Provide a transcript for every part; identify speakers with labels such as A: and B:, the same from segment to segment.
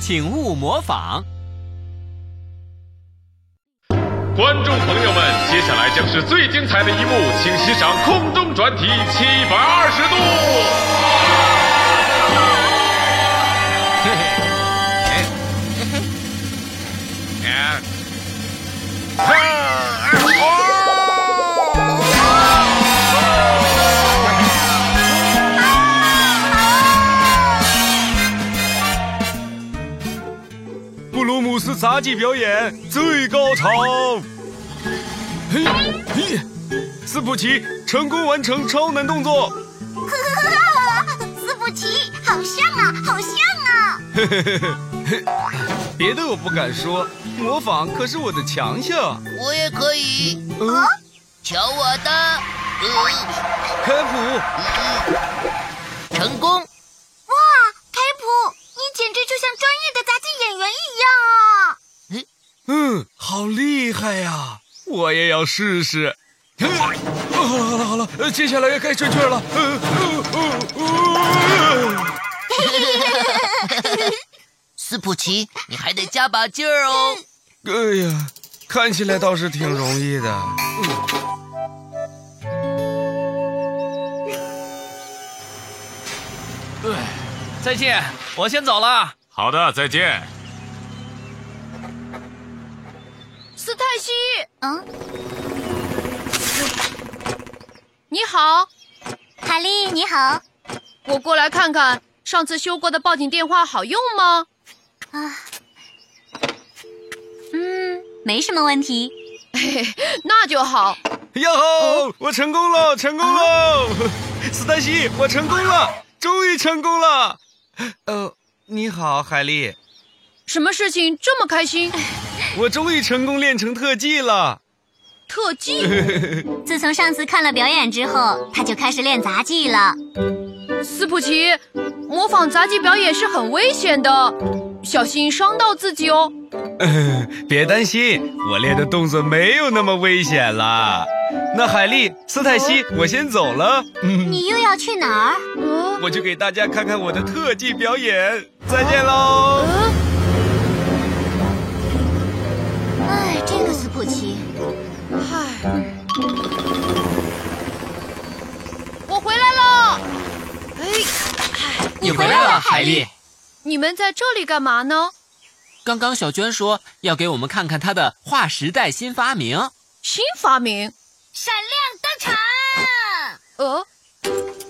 A: 请勿模仿。
B: 观众朋友们，接下来将是最精彩的一幕，请欣赏空中转体七百二十度。
C: 布鲁姆斯杂技表演最高潮！嘿，嘿，斯普奇成功完成超难动作，
D: 呵呵呵呵，斯普奇，好像啊，好像啊！
C: 别的我不敢说，模仿可是我的强项。
E: 我也可以，
C: 嗯，
E: 瞧我的，呃，
C: 开普，
E: 成功！
D: 哇，开普，你简直就像专业的杂技演员一样啊！
C: 嗯，好厉害呀、我也要试试。嗯哦好了好了好了，呃接下来该转圈了。呃呃呃呃
E: 斯普奇，你还得加把劲儿哦。
C: 哎呀，看起来倒是挺容易的。
A: 嗯哎再见，我先走了。
B: 好的，再见。
F: 斯泰西，
D: 嗯，
F: 你好，
D: 卡莉你好啊，
F: 我过来看看上次修过的报警电话好用吗？
D: 嗯，没什么问题。
F: 那就好。
C: 呀吼！我成功了，成功了！斯黛西，我成功了，终于成功了。呃，你好，海莉，
F: 什么事情这么开心？
C: 我终于成功练成特技了。
F: 特技？
D: 自从上次看了表演之后，他就开始练杂技了。
F: 斯普奇，模仿杂技表演是很危险的，小心伤到自己哦。
C: 别担心，我练的动作没有那么危险啦。那海莉、斯黛西，我先走了。嗯，
D: 你又要去哪儿？
F: 嗯、
C: 我去给大家看看我的特技表演。再见喽。
D: 哎，这个斯普奇，
F: 唉，我回来了。哎，
A: 你
D: 回来了海
A: 莉。
F: 你们在这里干嘛呢？
A: 嗯刚刚小娟说要给我们看看她的划时代新发明。
F: 新发明？
D: 闪亮登场！
F: 呃，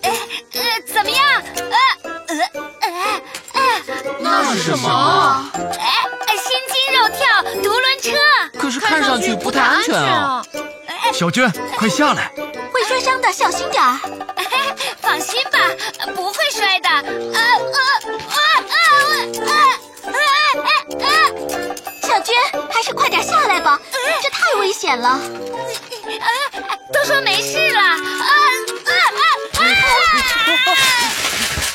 D: 呃，怎么样？呃呃呃
A: 那
F: 是什么？
D: 呃，心惊肉跳，独轮车，
A: 可是看上去不太安全
F: 啊。
A: 啊！
G: 小娟，快下来！
D: 会摔伤的，小心点儿。 放心吧，不会摔的。呃呃呃呃呃呃呃呃！小娟，还是快点下来吧，这太危险了。呃都说没事了。啊啊啊！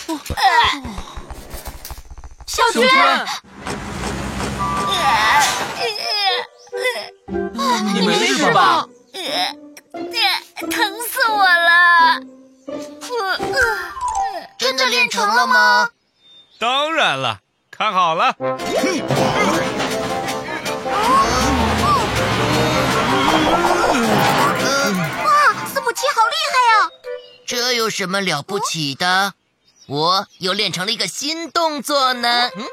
D: 呃小娟，呃
A: 你没事
D: 哦
F: 是
A: 吧？
F: 吧？
D: 呃疼死我了！
E: 真的练成了吗？
C: 当然了，看好了。
D: 哇，斯普奇好厉害啊呀！
E: 这有什么了不起的？我又练成了一个新动作呢。嗯，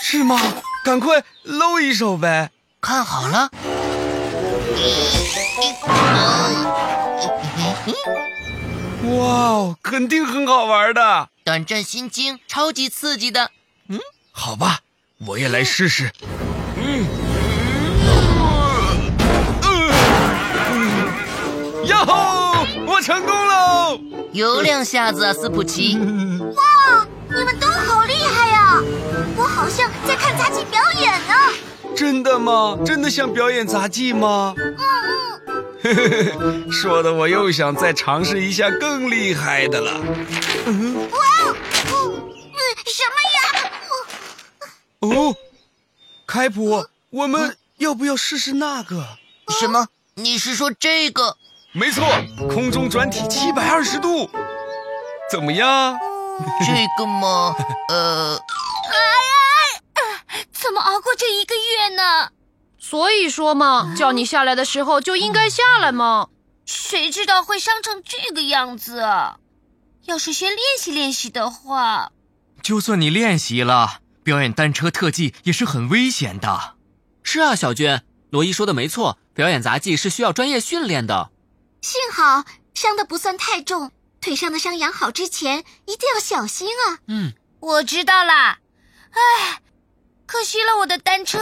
C: 是吗？赶快露一手呗。
E: 看好了。嗯嗯
C: 哇哦，肯定很好玩的。
E: 胆战心惊，超级刺激的。
C: 好吧，我也来试试。嗯，呀吼！我成功喽！
E: 有两下子啊，斯普奇。
D: 哇，你们都好厉害呀！我好像在看杂技表演呢。
C: 真的吗？真的想表演杂技吗？嗯嗯。 说的我又想再尝试一下更厉害的了。
D: 哇哦，嗯，什么呀？
C: 哦，开普，我们要不要试试那个？
E: 什么？你是说这个？
C: 没错，空中转体七百二十度，怎么样？
E: 这个吗？呃，
D: 熬过这一个月呢。
F: 所以说嘛，叫你下来的时候就应该下来嘛。
D: 谁知道会伤成这个样子啊？要是先练习练习的话，
G: 就算你练习了，表演单车特技也是很危险的。
A: 是啊，小娟，罗伊说的没错，表演杂技是需要专业训练的。
D: 幸好伤的不算太重，腿上的伤养好之前一定要小心啊。
A: 嗯，
D: 我知道啦。唉，可惜了我的单车。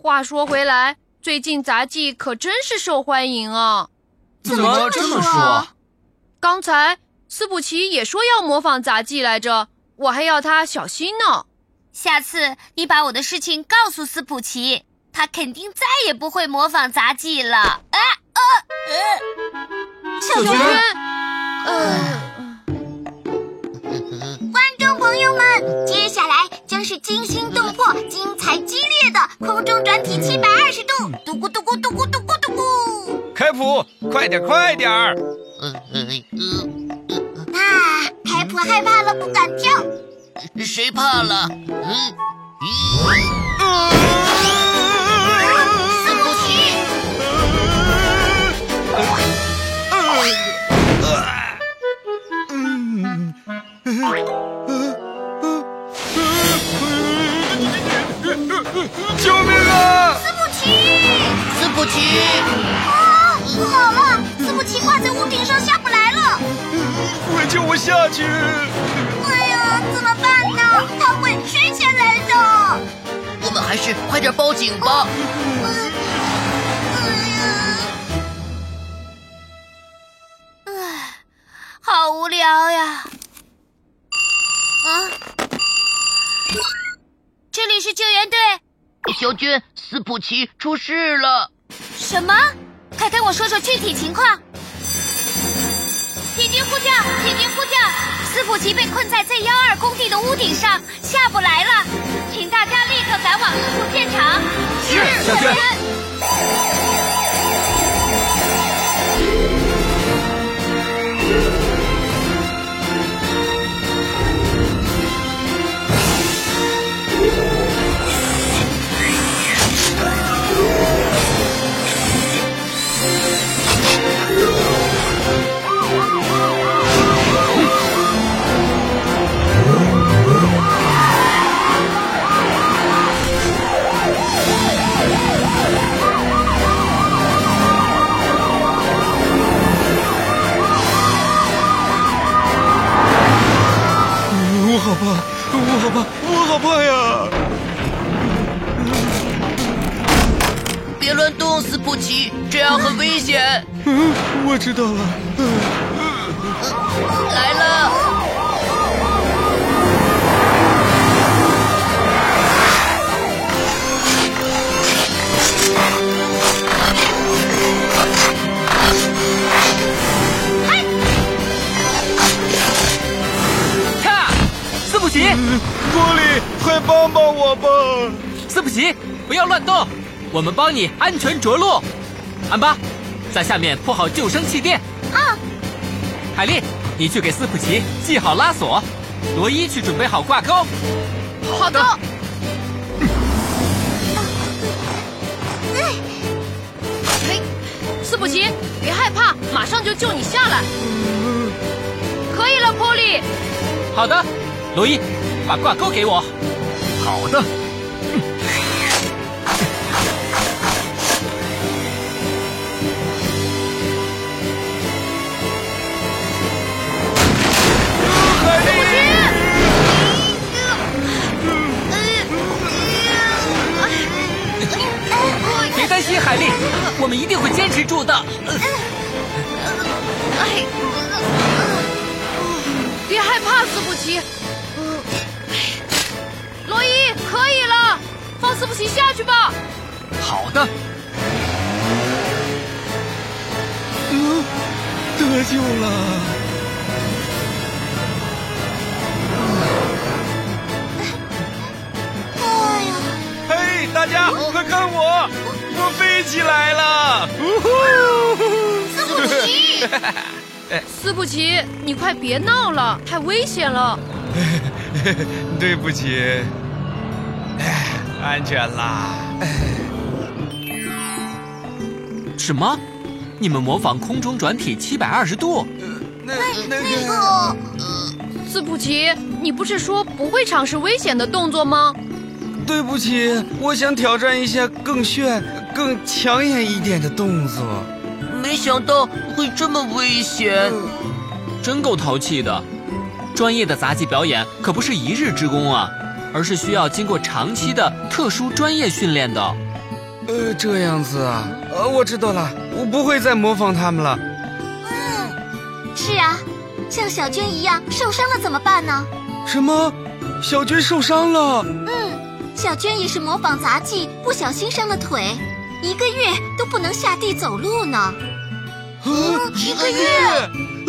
F: 话说回来，最近杂技可真是受欢迎啊。
D: 怎么这么说？
F: 刚才斯普奇也说要模仿杂技来着，我还要他小心呢。
D: 下次你把我的事情告诉斯普奇，他肯定再也不会模仿杂技了。啊啊！呃、小呃
F: 小娟，
D: 观众朋友们，接下来将是惊心动魄、精彩激烈的空中转体七百二十度，嘟咕嘟咕嘟咕嘟咕嘟咕。
C: 开普，快点，快点儿！
E: 呃呃
D: 啊，开普害怕了，不敢跳。
E: 呃，谁怕了？嗯，咦，
D: 斯普奇，
C: 救命啊！
D: 斯普奇，
E: 斯普奇，
D: 啊，好了，斯普奇挂在屋顶上下不来了。
C: 快救我下去！
D: 哎呀，怎么办呢？他会摔下来的。
E: 我们还是快点报警吧。
D: 好无聊呀！啊，这里是救援队。
E: 小娟，斯普奇出事了。
D: 什么？快跟我说说具体情况！铁军呼叫，铁军呼叫！斯普奇被困在 Z 幺二工地的屋顶上，下不来了，请大家立刻赶往事故现场。是，小娟。
C: 我好怕，我好怕，我好怕呀！
E: 别乱动，斯普奇，这样很危险。
C: 嗯，我知道了。
E: 来了，
A: 看，斯普奇，
C: 玻璃，快帮帮我吧！
A: 斯普奇，不要乱动，我们帮你安全着陆。安巴，在下面铺好救生气垫。啊，海莉，你去给斯普奇系好拉锁，罗伊去准备好挂钩。
F: 好的，嘿，哎斯普奇，别害怕，马上就救你下来。可以了，波利。
A: 好的，罗伊，把挂钩给我。
G: 好的，
A: 别担心，海莉，我们一定会坚持住的。
F: 哎，别害怕，斯普奇。嗯哎罗伊，可以了，放斯普奇下去吧。
G: 好的，
C: 得救了！
D: 哎
C: 嘿，大家
D: 哦
C: 快看我，我飞起来了！呜呼！
D: 斯普奇，
F: 斯普奇，你快别闹了，太危险了。
C: 对不起。哎，安全啦！
A: 什么？你们模仿空中转体七百二十度？
C: 那那
D: 哎那个，
F: 斯普奇，你不是说不会尝试危险的动作吗？
C: 对不起，我想挑战一下更炫、更抢眼一点的动作。
E: 没想到会这么危险。
A: 真够淘气的！专业的杂技表演可不是一日之功啊，而是需要经过长期的特殊专业训练的。
C: 呃，这样子啊，呃，我知道了，我不会再模仿他们了。
D: 是啊，像小娟一样受伤了怎么办呢？
C: 什么？小娟受伤了？
D: 小娟也是模仿杂技，不小心伤了腿，一个月都不能下地走路呢。
C: 啊，一个月，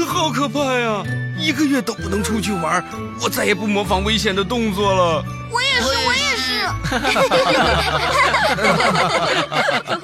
C: 好可怕呀！一个月都不能出去玩，我再也不模仿危险的动作了。
D: 我也是，我也是。